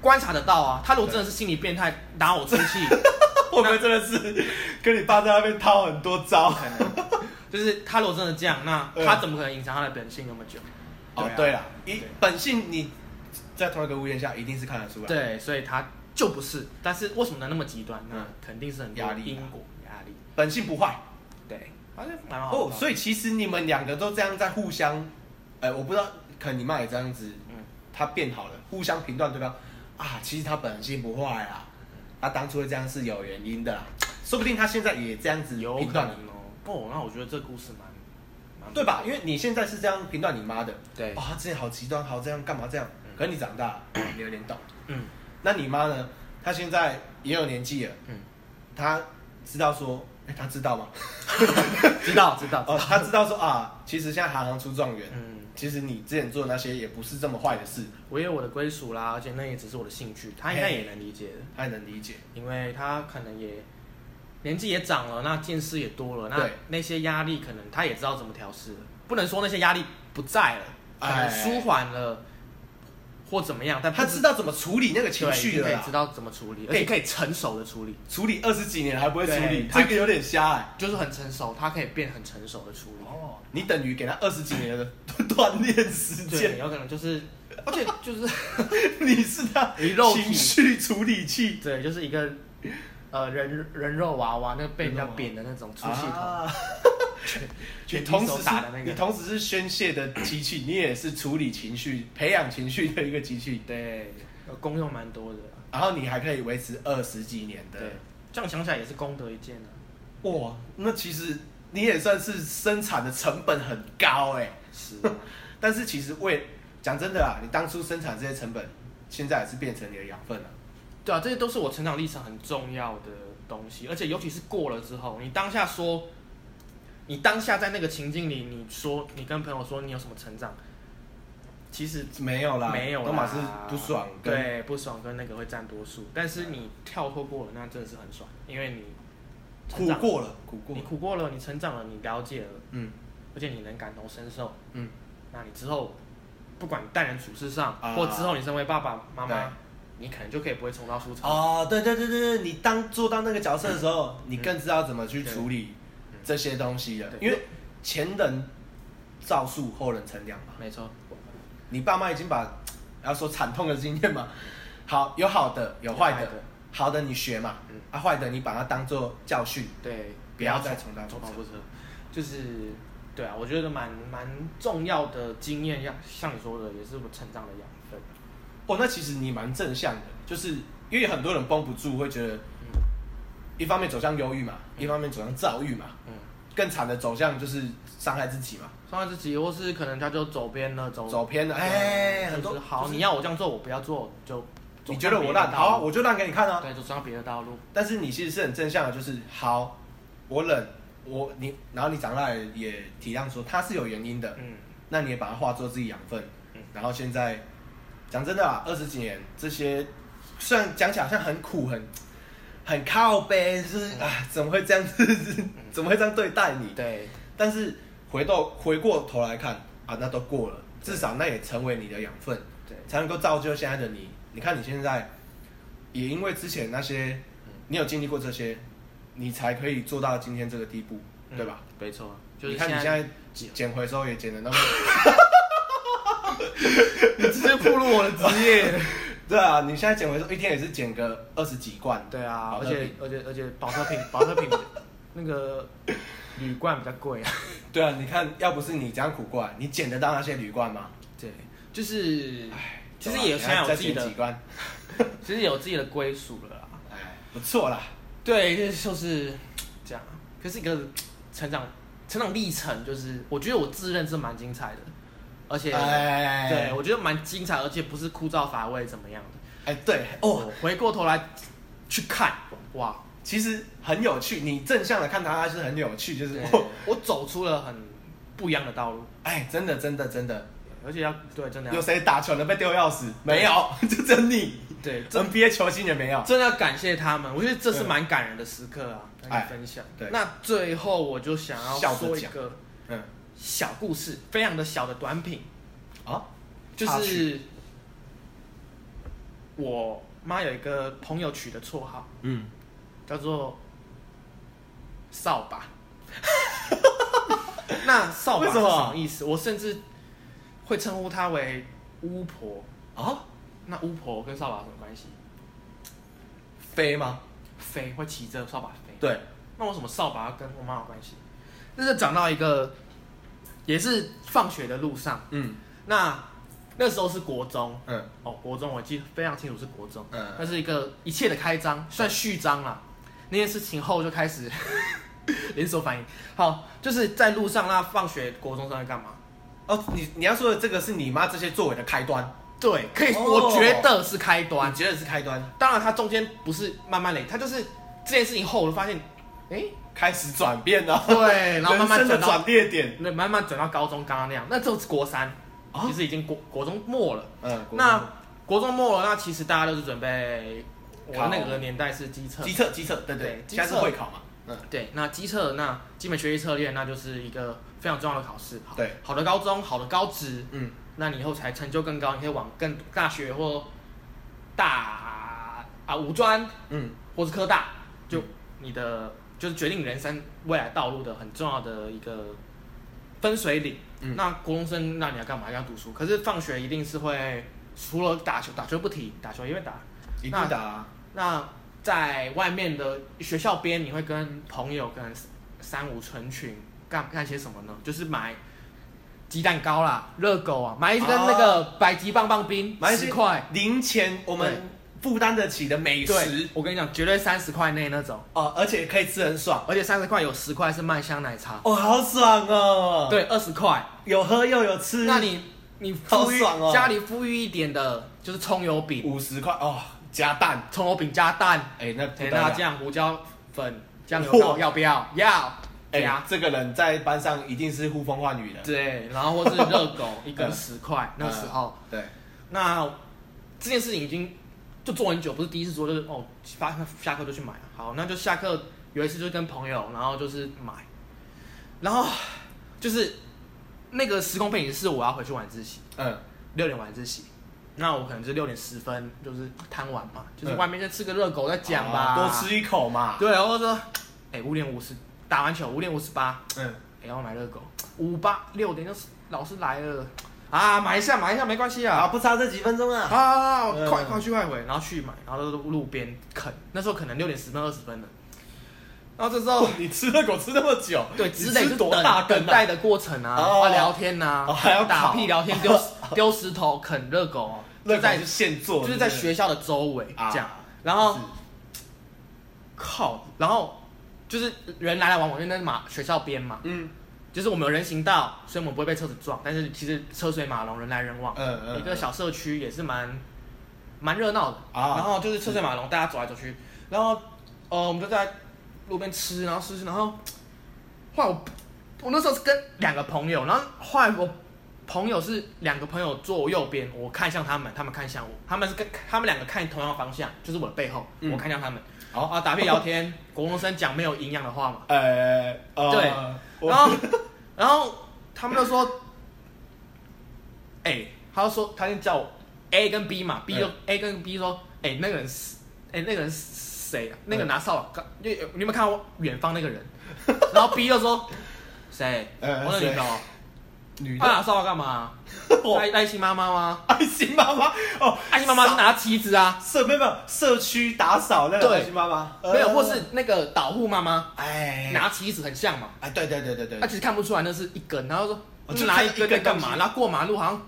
观察得到啊。他如果真的是心理变态，拿我出 气，我们真的是跟你爸在那边掏很多招。可能就是他如果真的这样，那嗯他怎么可能隐藏他的本性那么久？哦，对对啊了，一对本性你在同一个屋檐下一定是看得出来。，对，所以他就不是。但是为什么能那么极端？那嗯肯定是很多压力啊因果压力。本性不坏。对，好像蛮好哦，所以以其实你们两个都这样在互相，呃，我不知道，可能你妈也这样子，嗯她变好了，互相评断对方啊，其实她本性不坏啊，她当初会这样是有原因的啦，说不定她现在也这样子有评可断能你，哦。哦，那我觉得这故事蛮蛮对吧？因为你现在是这样评断你妈的，哎哦对哇、她之前好极端，好这样干嘛这样？可是你长大了， 你有点懂，嗯那你妈呢？她现在也有年纪了，嗯，她知道说，哎、她知道吗？ 知道知道知哦，道。她知道说啊，其实现在行行出状元，嗯，其实你之前做的那些也不是这么坏的事，我也有我的归属啦，而且那也只是我的兴趣，他应该也能理解的。他也能理解。因为他可能也年纪也长了，那见识也多了，那对那些压力可能他也知道怎么调试了。不能说那些压力不在了，可哎能舒缓了或怎么样，但不他知道怎么处理那个情对绪可了以啦知道怎么处理，而哎且可以成熟的处理，处理二十几年还不会处理，对这个有点瞎哎、就是很成熟，他可以变很成熟的处理。哦，你等于给他二十几年的 锻炼时对，间，有可能就是，而且就是你是他你肉体情绪处理器对，就是一个呃人人肉娃娃，那个被人家扁的那种出气筒，啊你全同同时手是打的那你个。同时是宣泄的机器，你也是处理情绪、培养情绪的一个机器，对，呃功用蛮多的。然后你还可以维持二十几年的对，这样想起来也是功德一件啊。哇，那其实你也算是生产的成本很高哎、是，但是其实为讲真的啦，你当初生产这些成本，现在也是变成你的养分了。 对啊，这些都是我成长历程很重要的东西，而且尤其是过了之后，你当下说，你当下在那个情境里，你说你跟朋友说你有什么成长，其实没有啦，没有啦，都马是不爽跟。对，不爽跟那个会占多数，但是你跳脱过了，那真的是很爽，因为你成苦长，过了，苦过你了。苦过了，你成长了，你了解了，嗯而且你能感同身受，嗯，那你之后不管待人处事上，啊或之后你身为爸爸妈对妈，你可能就可以不会重蹈覆辙。哦，对对对对对，你当做到那个角色的时候，你更知道怎么去处理嗯这些东西了。对因为前人造树，后人乘凉嘛。没错，你爸妈已经把要说惨痛的经验嘛，好有好的有坏的有坏的，好的你学嘛，嗯啊坏的你把它当做教训，对，不要再重蹈哦覆重蹈辙覆辙，就是对啊，我觉得蛮蛮重要的经验，像像你说的，也是我成长的养分。哦，那其实你蛮正向的，就是因为很多人绷不住，会觉得一方面走向忧郁嘛，一方面走向躁郁嘛，嗯，更惨的走向就是伤害自己嘛，伤害自己，或是可能他就走边了，走走偏了，哦对啊哎，很就是多好，就是你要我这样做，我不要做，就走你觉得上别我的烂，道好啊，路我就烂给你看啊。对，就走上别的道路，但是你其实是很正向的，就是好，我忍，我你，然后你长大了也体谅说它是有原因的，嗯，那你也把它化作自己养分嗯，然后现在讲真的啊，二十几年这些，虽然讲起来好像很苦很很靠背，就是嗯啊怎么会这样子，怎么会这样对待你？对，但是回到回过头来看啊，那都过了，至少那也成为你的养分，对，才能够造就现在的你。你看你现在，也因为之前那些，嗯你有经历过这些，你才可以做到今天这个地步，对吧？嗯？没错，就是你看你现现在，在捡回收也捡的那么。你直接暴露我的职业。对啊，你现在捡回收一天也是捡个二十几罐， 对啊，保而特且瓶而且而且保特瓶保特瓶那个铝罐比较贵啊。对啊，你看，要不是你这样苦过来，你捡得到那些铝罐吗？对，就是唉其实对吧也你现在还有再自己捡的几，罐，其实有自己的归属了啦。哎，不错啦。对，就是就是这样啊。可是一个成长成长历程，就是我觉得我自认是蛮精彩的，而且哎，对我觉得蛮精彩，而且不是枯燥乏味怎么样的。哎对我哦，回过头来去看，哇，其实很有趣。你正向的看它，它是很有趣，就是对哦，我走出了很不一样的道路。哎，真的真的真的，而且要对啊真的有要谁打球能被丢钥匙？没有， 就只有你。对真 NBA 球星也没有。真的要感谢他们，我觉得这是蛮感人的时刻啊，跟你哎分享。对那最后我就想笑要着说一讲个嗯，小故事，非常的小的短品，啊，就插曲是我妈有一个朋友取的绰号嗯，叫做扫把。 那扫把为是什什么么意思？我甚至会称呼她为巫婆。啊，那巫婆跟扫把有什么关系？飞吗？飞会骑着扫把飞。对，那为什么扫把要跟我妈有关系？这是讲到一个，也是放学的路上，嗯那那时候是国中嗯哦，国中我记得非常清楚是国中，嗯那是一个一切的开张，算序章啦。那件事情后就开始 连锁反应，好，就是在路上那放学国中生在干嘛？哦，你你要说的这个是你妈这些作为的开端，对，可以，哦我觉得是开端你。觉得是开端，当然，它中间不是慢慢累，它就是这件事情后，我就发现，哎、开始转变了，对，然后慢慢人转生的到转捩点。那慢慢转到高中刚刚那样，那就是国三，啊其实已经国国中末了。嗯，那国中末了，那其实大家都是准备，我考那个年代是机测机，测机测，对对对，机现在测是会考嘛？嗯，对，那机测那基本学习测验，那就是一个非常重要的考试。好对，好的高中，好的高职，嗯，那你以后才成就更高，你可以往更大学或大啊五专嗯，或是科大，就你的就是决定人生未来道路的很重要的一个分水岭。嗯那国中生，那你要干嘛？要读书。可是放学一定是会，除了打球，打球不提，打球因为打。一定那打啊。那在外面的学校边，你会跟朋友、跟三五成群干干些什么呢？就是买鸡蛋糕啦、热狗啊，买一根那个百吉棒棒冰，买一些十块。零钱我们负担得起的美对食，我跟你讲，绝对三十块内那种。哦，而且可以吃很爽，而且三十块有十块是麦香奶茶，哦，好爽哦。，对，二十块。有喝又有吃，那你你富裕好爽哦家里富裕一点的，就是葱油饼，五十块哦，加蛋，葱油饼加蛋、哎，那不甜得辣了。酱、胡椒粉、酱油膏，嚯要不要？要。哎、对啊，这个人在班上一定是呼风唤雨的。对，然后或是热狗一根嗯十块，那时候，对，那这件事情已经就做很久，不是第一次做，就是哦，下课下课就去买了。好，那就下课有一次就跟朋友，然后就是买，然后就是那个时空背景是我要回去晚自习，嗯，六点晚自习，那我可能就是六点十分就是贪玩嘛，就是嗯外面再吃个热狗再讲吧、哦多。吃一口嘛。对，然后说，哎、五点五十打完球，五点五十八，嗯，哎，要买热狗，五八六点就是老师来了，啊，买一下买一下没关系啊，啊。不差这几分钟啊。啊，嗯快快去快回，然后去买，然后都路边啃。那时候可能六点十分、二十分了，然后这时候哦，你吃热狗吃那么久，对，你只得吃就多等大等根待啊？的过程啊，哦啊聊天呐哦，还要打烤屁聊天，丢 丢石头、啃热狗啊，就热狗在是现做的，就是在对不学对校的周围啊这样。然后是靠，然后就是人来来往往，因为那是马学校边嘛，嗯就是我们有人行道，所以我们不会被车子撞，但是其实车水马龙，人来人往，嗯嗯，一个小社区也是蛮蛮热闹的。啊然后就是车水马龙，大家走来走去，然后呃，我们就在路边吃，然后吃吃，然后后来我我那时候是跟两个朋友，然后后来我朋友是两个朋友坐我右边，我看向他们，他们看向我，他们是跟他们两个看同样的方向，就是我的背后，嗯我看向他们，好啊，打屁聊天，国中生讲没有营养的话嘛， 呃，哦对，我然后，然后他们就说，哎、他就说，他先叫我 A 跟 B 哎嘛，B 就、A 跟 B 说，哎、那个人是，哎、那个人是谁哎啊？那个拿扫把，你你有没有看到远方那个人？ 然后 B 就说，谁？呃我说谁你 懂，女他的，拿扫把干嘛？我爱爱心妈妈吗？ 爱心妈妈哦，爱心妈妈是拿旗子啊，社没有没有社区打扫那个对爱心妈妈，呃没有，或是那个导护妈妈哎拿旗子很像嘛。哎，对对对对对他，其实看不出来那是一根，然后说哦嗯就拿看一一根根在干东嘛？西然后过马路好像，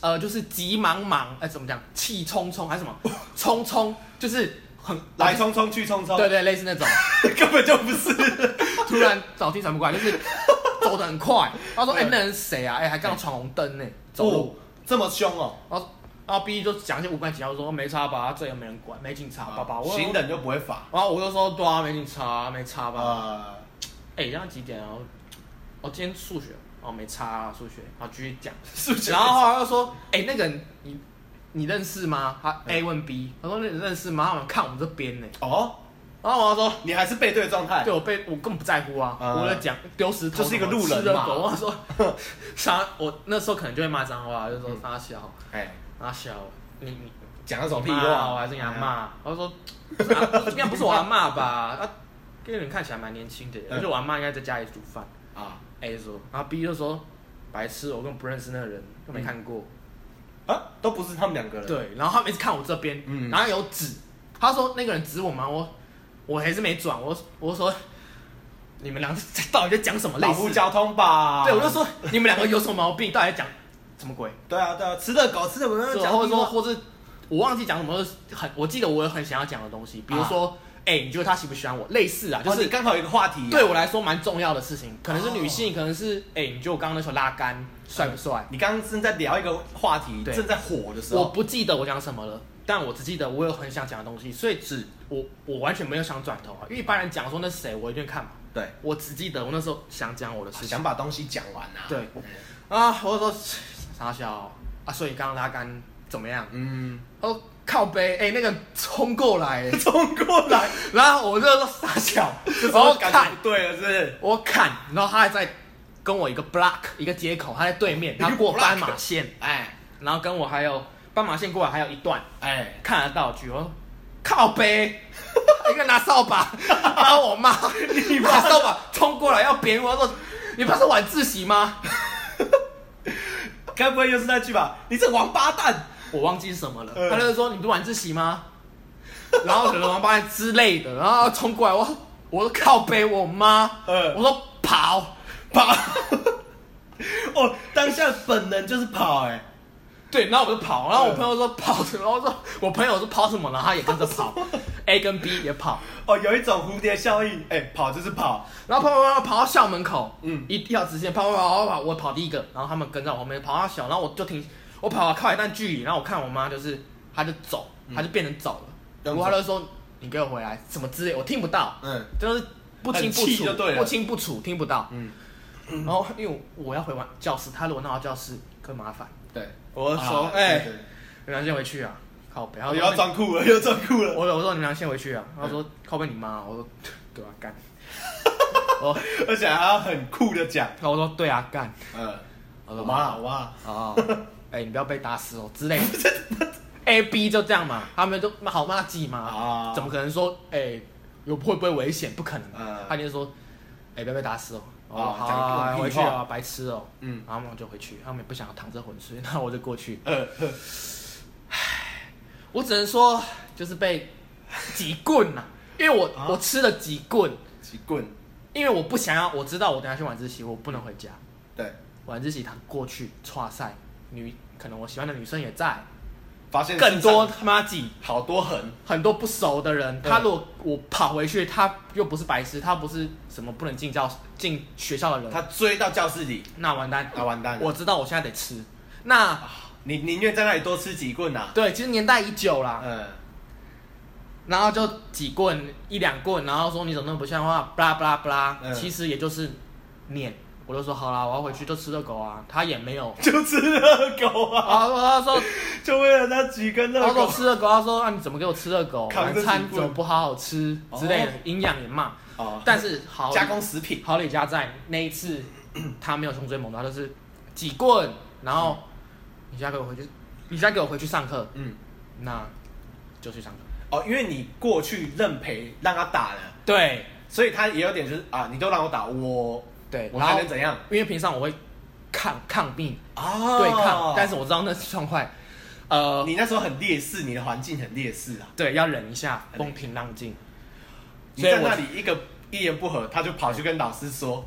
呃，就是急忙忙，哎，怎么讲？气冲冲还是什么？冲冲就是 很来，匆匆去匆匆，对对，类似那种， 根本就不是。突然脑筋转不过来，就是走得很快。他 说：“哎，那人谁啊？哎，还刚好闯红灯呢， 走嗯哦路。，这么凶哦！”然后然后 B 就讲一些无关紧要，我说哦没差吧，这也没人管，没警察吧吧，啊我啊行。人就不会罚然后我就说：“对啊啊，没警察，没差吧。”啊。哦哎，现在几点啊？我我今天数学，哦，没差啊，数学，好，继续讲。是不 是？然后后来又说，哎、那个人你你认识吗？他嗯 A 问 B，他说那你认识吗？他们看我们这边呢、哦，然后我就说，你还是背对状态对，我被我根本不在乎啊，嗯我在讲丢石头，就是一个路人嘛吃热狗。我说 啥？我那时候可能就会骂脏话，就说他小哎，他小，你你讲那种屁嗯你妈啊话，我还是你阿骂。我就说不是啊应该不是我阿骂吧？啊，这个人看起来蛮年轻的，嗯而且我阿妈应该在家里煮饭。啊 A 说，然后 B 就说白痴，我根本不认识那个人，又没看过。啊，都不是他们两个人，对，然后他们一直看我这边，嗯然后有指，他说那个人指我吗？我我还是没转，我我说你们俩在到底在讲什么类保护似？交通吧。对，我就说你们两个有什么毛病？到底在讲什么鬼？对啊，对啊，吃热狗，吃热狗，对讲啊或者屁话说，或者我忘记讲什么，就是很我记得我有很想要讲的东西，比如说，哎、你觉得他喜不喜欢我？类似啊，就啊哦是你刚好哦有一个话题，对，我来说蛮重要的事情，可能是女性，可能是哎、你觉得我刚刚那球拉杆帅不帅？你刚刚正在聊一个话题，对正在火的时我候，不记得我讲什么了，但我只记得我有很想讲的东西，所以只我我完全没有想转头啊，因为一般人讲说那谁，我一定看嘛。对，我只记得我那时候想讲我的事情想把东西讲完啊。对啊，我就说傻小啊，所以刚刚拉杆怎么样？嗯，他说靠背，哎、那个人 冲过来、哎 冲过来，然后我就说傻小，这时然后候感觉看不对了，是不是？我看，然后他还在跟我一个 block 一个接口，他在对面，他过斑马线，哎然后跟我还有斑马线过来还有一段，哎，看得到去，我说靠 背，一个拿扫 把，然后我妈拿扫把冲过来要扁我，说你不是晚自习吗？该不会又是那句吧？你这王八蛋！我忘记是什么了，嗯他就是说你不晚自习吗？然后可能王八蛋之类的，然后他冲过来，我我说靠背我妈，嗯我说跑跑，哦，当下本能就是跑，哎，对，然后我就跑，然后我嗯朋友说跑什么，然后我说我朋友说跑什么，然后他也跟着跑，A 跟 B 也跑，哦，有一种蝴蝶效应，哎，跑就是跑，然后跑跑跑跑到校门口，嗯一条直线跑跑跑跑跑，我跑第一个，然后他们跟在我后面跑到小，然后我就停，我跑到靠一段距离，然后我看我妈就是，她就走，她就变成走了，嗯然后她就说你给我回来什么之类，我听不到，嗯就是不清不很气楚就对，了不清不楚，听不到。嗯，然后因为我要回完教室，她如果闹到教室更麻烦，对，我就说啊哎，对对你们俩先回去啊，靠北，然后哦又要嗯装酷了，又要装酷了， 我我说你们俩先回去啊，她说靠北你妈，我说对啊干，我然而且还要很酷的讲，后我说对啊干。嗯，我说我妈，我妈，哦，哎、你不要被打死哦之类的。A B 就这样嘛，他们就好骂鸡嘛，啊怎么可能说哎、有会不会危险？不可能，嗯他就说哎、不要被打死哦，哦哦好讲啊这种屁回去话啊，白痴哦，嗯然后他们就回去，他们也不想要淌这浑水， 然后我就过去，呃，我只能说就是被几棍呐、因为我、啊我吃了几棍，几棍，因为我不想要，我知道我等一下去晚自习，我不能回家，对，晚自习他过去，哇赛女可能我喜欢的女生也在，发现更多身上他妈几好多痕，很多不熟的人，对他如果我跑回去，他又不是白痴，他不是什么不能进教进学校的人，他追到教室里，那完蛋，那啊完蛋了我知道我现在得吃。那啊你宁愿在那里多吃几棍啊呐，对，其实年代已久啦，嗯，然后就几棍一两棍，然后说你怎么那么不像话，巴拉巴拉巴拉，嗯。其实也就是念。我就说好啦，我要回去就吃热狗啊，他也没有 就吃热狗啊， 啊，他说就为了那几根他热说狗，哦吃热狗，他说啊你怎么给我吃热狗？扛晚着几餐棍怎么不好好吃之类的哦，营养也骂。哦，但是好加工食品，好李佳在那一次， 他没有穷追猛打，他就是几棍，然后你现在给我回去，你现在给我回去上课，嗯，那就去上课。哦，因为你过去认赔让他打了，对所以他也有点就是啊，你都让我打，我对，我然还后能怎样因为平常我会抗抗病啊？对抗，但是我知道那是状况，呃，你那时候很劣势，你的环境很劣势啊。对，要忍一下，风平浪静。你所以在那我里一个一言不合，他就跑去跟老师说，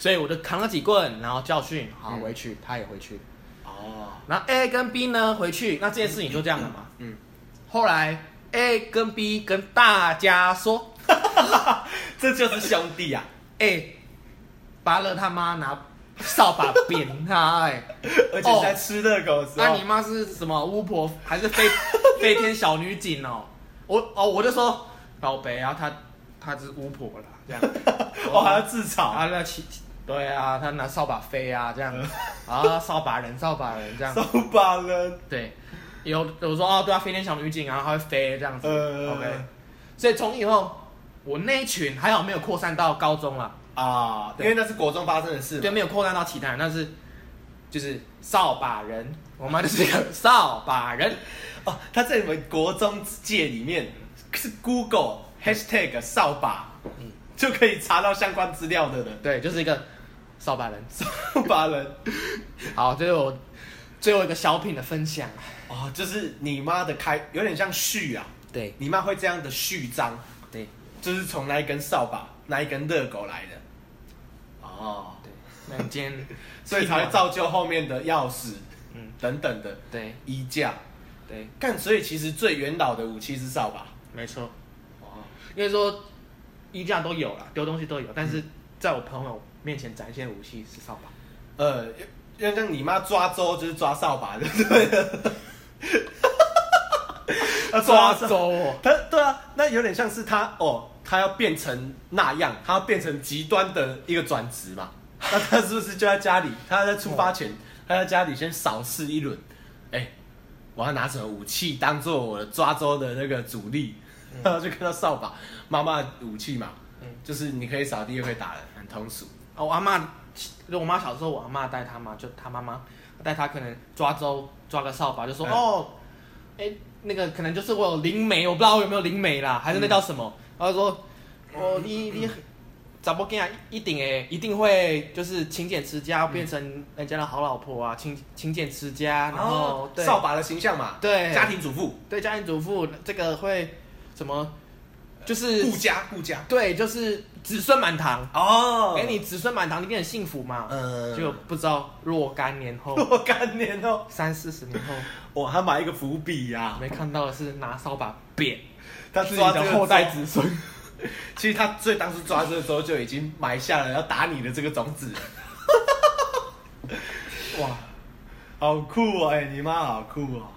所以我就扛了几棍，然后教训，好嗯回去，他也回去。哦，然后 A 跟 B 呢回去，那这件事情就这样了嘛。嗯，后来 A 跟 B 跟大家说。这就是兄弟啊！哎、巴乐他妈拿扫把扁他、哎，而且是在吃热狗的时那、候，你妈是什么巫婆还是飞 飞天小女警哦？我哦，我就说 ，老北啊，她她是巫婆啦，这样哦还要自啊嘲，那其对啊，他拿扫把飞啊，这样啊，扫把人，扫把人这样扫。把人，对，有有说哦，对啊，飞天小女警啊，她会飞这样子。呃 OK，所以从以后我那一群还好没有扩散到高中了，啊，因对为那是国中发生的事对，嘛，没有扩散到其他人，但是就是扫把人，我妈就是一 个扫把人。哦，他在你们国中界里面是 Google hashtag 扫把，就可以查到相关资料的人， 对，就是一个扫把人。 扫把人，好，这是我最后一个小品的分享。啊哦，就是你妈的开，有点像序啊，对你妈会这样的序章，对就是从那一根扫把、那一根热狗来的，哦，对，那你 今天所以才会造就后面的钥匙，嗯等等的对衣架，对，干，所以其实最元老的武器是扫把，没错。哦，因为说衣架都有了，丢东西都有，但是在我朋友面前展现武器是扫把。呃，因为像你妈抓周就是抓扫把的，对了 她抓周，走我。她对啊，那有点像是她哦，她要变成那样，她要变成极端的一个转职 嘛。那她是不是就在家里？她在出发哦前，她在家里先扫视一轮，哎、我要拿什么武器当做我的抓周的那个主力？然后 就看到扫把，妈妈的武器嘛，嗯就是你可以扫地又可以打人，很通俗。啊，我阿妈，就我妈小时候，我阿妈带她嘛，就她妈妈带她，可能抓周抓个扫把，就说、嗯哦，哎、那个可能就是我有灵媒，我不知道我有没有灵媒啦，嗯还是那叫什么？然后说，哦，你你怎么跟啊，一定诶，一定会就是勤俭持家，变嗯成人家的好老婆啊，勤勤俭持家，然后、哦，对扫把的形象嘛，对家庭主妇，对家庭主妇这个会什么，就是顾家顾家。对，就是子孙满堂，哦给你，子孙满堂，你一定很幸福嘛。嗯，，就不知道若干年后 我干年哦，三四十年后，哇，他埋一个伏笔呀、没看到的是拿扫把扁他自己抓这的个后代种，子孙。 其实他最当时抓这个时候就已经埋下了要打你的这个 种子。哇，好酷哦！哎、你妈好酷哦！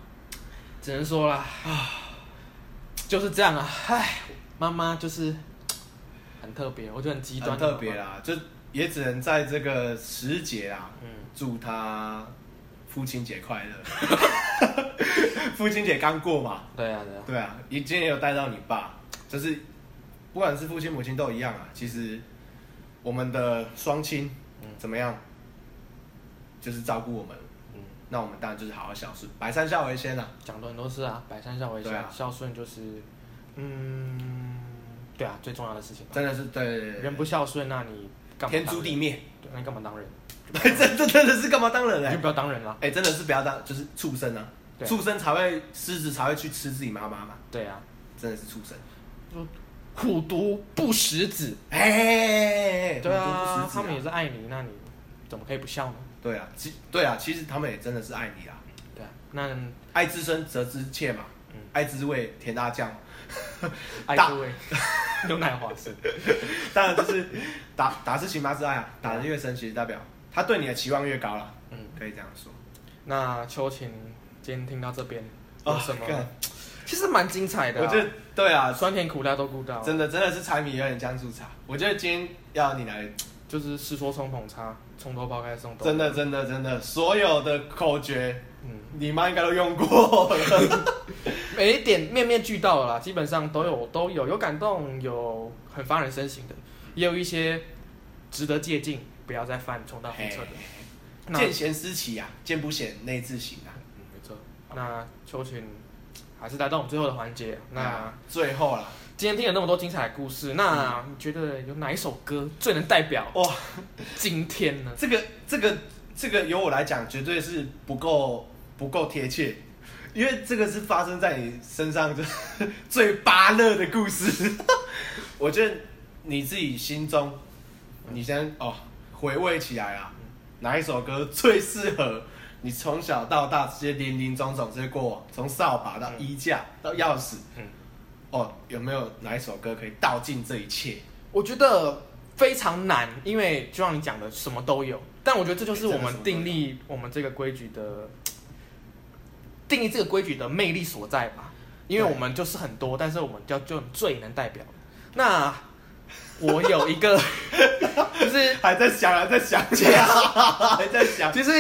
只能说啦，啊，就是这样啊，唉，妈妈就是很特别，我觉得很极端，很特别。啦，就也只能在这个时节啦，嗯，祝他父亲节快乐。 父亲节刚过嘛，对啊，对啊，对啊，你今天也有带到你爸，就是不管是父亲母亲都一样啊。其实我们的双亲怎么样，就是照顾我们，嗯，那我们当然就是好好孝顺，百善孝为先啊。讲的很多事啊，百善孝为对啊先，孝顺就是，嗯，对啊，最重要的事情。真的是对对对人不孝顺，那你干嘛？天诛地，灭， 对，那你干嘛当人？这这真的是干嘛当人嘞、你就不要当人啦。哎、真的是不要当，就是畜生啊！对畜生才会，狮子才会去吃自己妈妈嘛，对啊，真的是畜生。就虎毒不食子。哎、欸，对我们啊都，不食子他们也是爱你，那你怎么可以不笑呢？对啊，其对啊，其实他们也真的是爱你啊。对啊，那爱之深，责之切嘛。嗯爱之味，甜辣酱，爱大各位 牛奶华是，当然就是 打打是情，骂是爱啊。打得越深，其实代表他对你的期望越高了。嗯，可以这样说。那秋晴今天听到这边有哦什么？啊干其实蛮精彩的啊、我觉得对啊，酸甜苦辣都顾到，真的真的是柴米油盐酱醋茶。我觉得今天要你来，就是是说冲捧叉，从头抛开送头。真的真的真的，所有的口诀，嗯，你妈应该都用过 了。每一点面面俱到了啦，基本上都有都有，有感动，有很发人深省的，也有一些值得借鉴，不要再犯重蹈覆辙的。那见贤思齐啊，见不贤内自省啊。嗯，没错。那秋群还是来到我们最后的环节。那最后啦，今天听了那么多精彩的故事，那你觉得有哪一首歌最能代表嗯哇，今天呢？这个这个这个由我来讲，绝对是不够不够贴切，因为这个是发生在你身上就是 最芭乐的故事。 我觉得你自己心中，你先哦回味起来啊，哪一首歌最适合你从小到大这些林林总总这些过往，从扫把到衣架到钥匙，嗯哦有没有哪一首歌可以道尽这一切？ 我觉得非常难，因为就像你讲的，什么都有。但我觉得这就是我哎真的什们么都有定义我们这个规矩的定义这个规矩的魅力所在吧。因为对我们就是很多，但是我们叫就最能代表。那我有一 个，就是还在想，还在想， 还在想。其实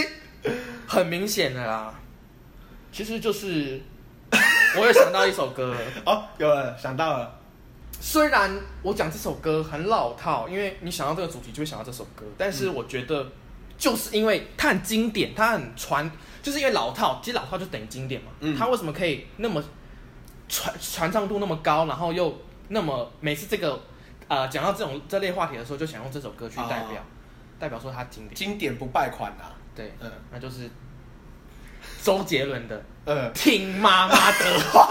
很明显的啦，其实就是我有想到一首歌，哦，有了，想到了， 虽然我讲这首歌很老套，因为你想到这个主题就会想到这首歌，但是我觉得就是因为它很经典，它很传，就是因为老套，其实老套就等于经典嘛。嗯它为什么可以那么传传唱度那么高，然后又那么每次这个呃讲到这种这类话题的时候，就想用这首歌去代表，哦代表说它经典。经典不败款啊。对，嗯那就是周杰伦的嗯《听妈妈的话》，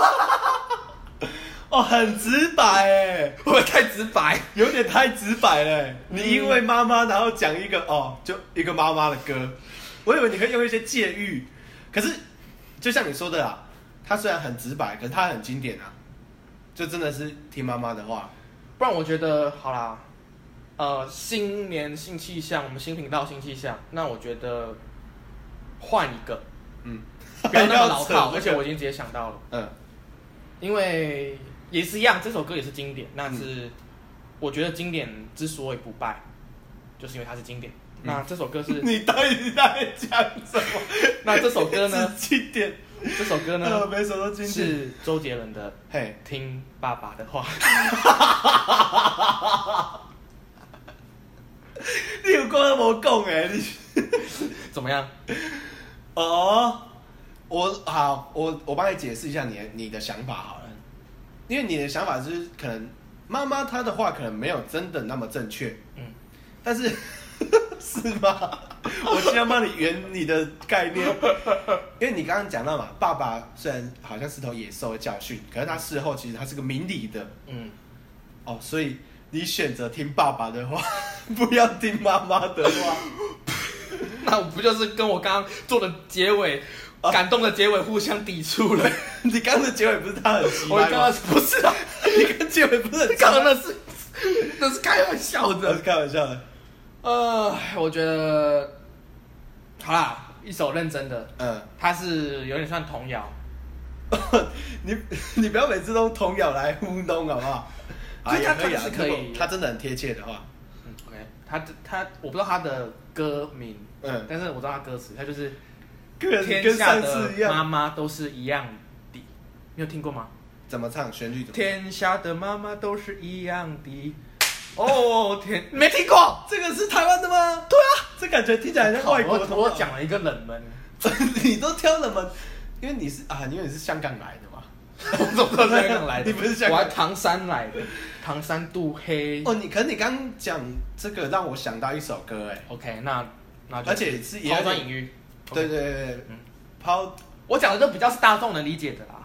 哦，很直白哎，会 不会太直白？有点太直白了。你因为妈妈，然后讲一个哦，就一个妈妈的歌，我以为你会用一些借喻，可是就像你说的啦，它虽然很直白，可是它很经典啊，就真的是听妈妈的话。不然我觉得好啦，呃，新年新气象，我们新频道新气象，那我觉得换一个，嗯，不要那么老还要扯套， 这个而且我已经直接想到了，嗯因为也是一样，这首歌也是经典，嗯那是、我觉得经典之所以不败，就是因为它是经典。那这首歌是，嗯 你到底在讲什么？那这首歌 呢？是经典，这首歌呃，呢每首都经典。是周杰伦的嘿， 《听爸爸的话》。你有讲都无讲诶，你。怎么样？哦，我好，我我帮你解释一下你的你的想法好了，因为你的想法就是可能妈妈她的话可能没有真的那么正确，嗯，但是 是吗？我尽量帮你圆你的概念，因为你刚刚讲到嘛，爸爸虽然好像是头野兽的教训，可是他事后其实他是个明理的嗯， 哦，所以你选择听爸爸的话， 不要听妈妈的话。 那我不就是跟我刚刚做的结尾、感动的结尾互相抵触 了？你刚刚的结尾不是他很奇我怪刚刚吗？不是 啊，你刚刚 结尾不是很奇怪刚刚那是那是开玩笑我是的。开玩笑的。呃，我觉得好啦，一首认真的，嗯，它是有点算童谣，你 你不要每次都用童谣来糊弄好不好？对也啊可以啊，他是可以如果他真的很贴切的话，嗯，OK，它它我不知道它的歌名，嗯，但是我知道它歌词，它就是跟天跟下上的次一妈样，妈都是一样的，你有听过吗？怎么唱旋律怎么？天下的妈妈都是一样 的。哦天，没听过。这个是台湾的吗？对啊，这感觉听起来像外国我童我谣，讲了一个冷 门， 你都挑什么？因为你是啊，因为你是香港来的嘛。我怎么知道香港来的？你不是香港我还唐山来的，唐山杜黑。哦，你可你刚讲这个让我想到一首歌，哎， OK，那那就而且是也有抛点砖引玉。对 OK，对对对嗯，抛我讲的都比较是大众能理解的啦。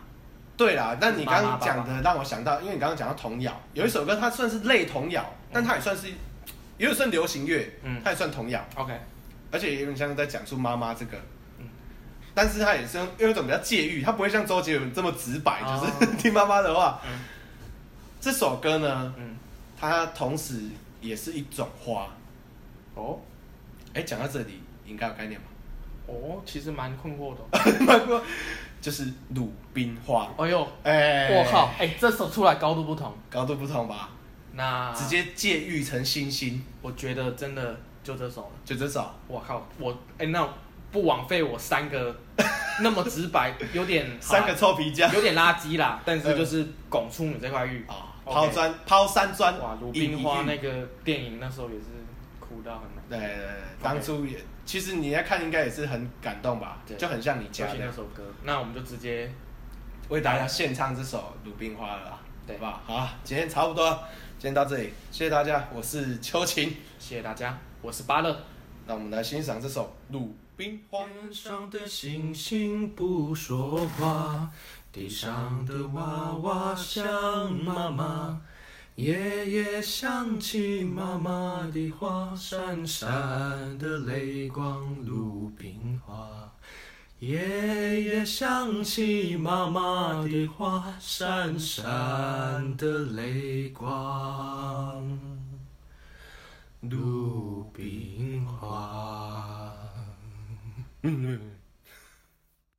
对啦，那你刚妈妈刚讲爸的让我想到，因为你刚刚讲到童谣，有一首歌它算是类童谣，但它也算是，也有算流行乐，嗯它也算童谣， OK，而且也有点像在讲述妈妈这个嗯，但是它也是用用一种比较借喻，它不会像周杰伦这么直白，就哦是 听妈妈的话嗯。这首歌呢，嗯，它同时也是一种花。哦哎，讲到这里应该有概念吧？ 哦，其实蛮困惑的。包括就是鲁冰花， 哎呦，哎，我靠，，哎，这首出来高度不同。高度不同吧？那直，接借喻成星星，我觉得真的就这首了。就这首。我靠，我哎、那不枉费我三个 那么直白，有点三个好臭皮匠啦有点垃圾 啦，但是就是拱出你这块玉啊， OK 抛砖抛三砖，哇，鲁冰花引一那玉个电影那时候也是哭到很难，对对对对，当初也其实你在看应该也是很感动吧对，就很像你尤家其那的，首歌，那我们就直接为大家献唱这首《鲁冰花》了啦，对好不好？好啊，今天差不多了，今天到这里，谢谢大家，我是秋晴，谢谢大家，我是巴乐。那我们来欣赏这首《鲁冰花》。天上的星星不说话，地上的娃娃想妈妈，夜夜想起妈妈的话，闪闪的泪光鲁冰花。夜夜想起妈妈的话，闪闪的泪光鲁冰花。嗯。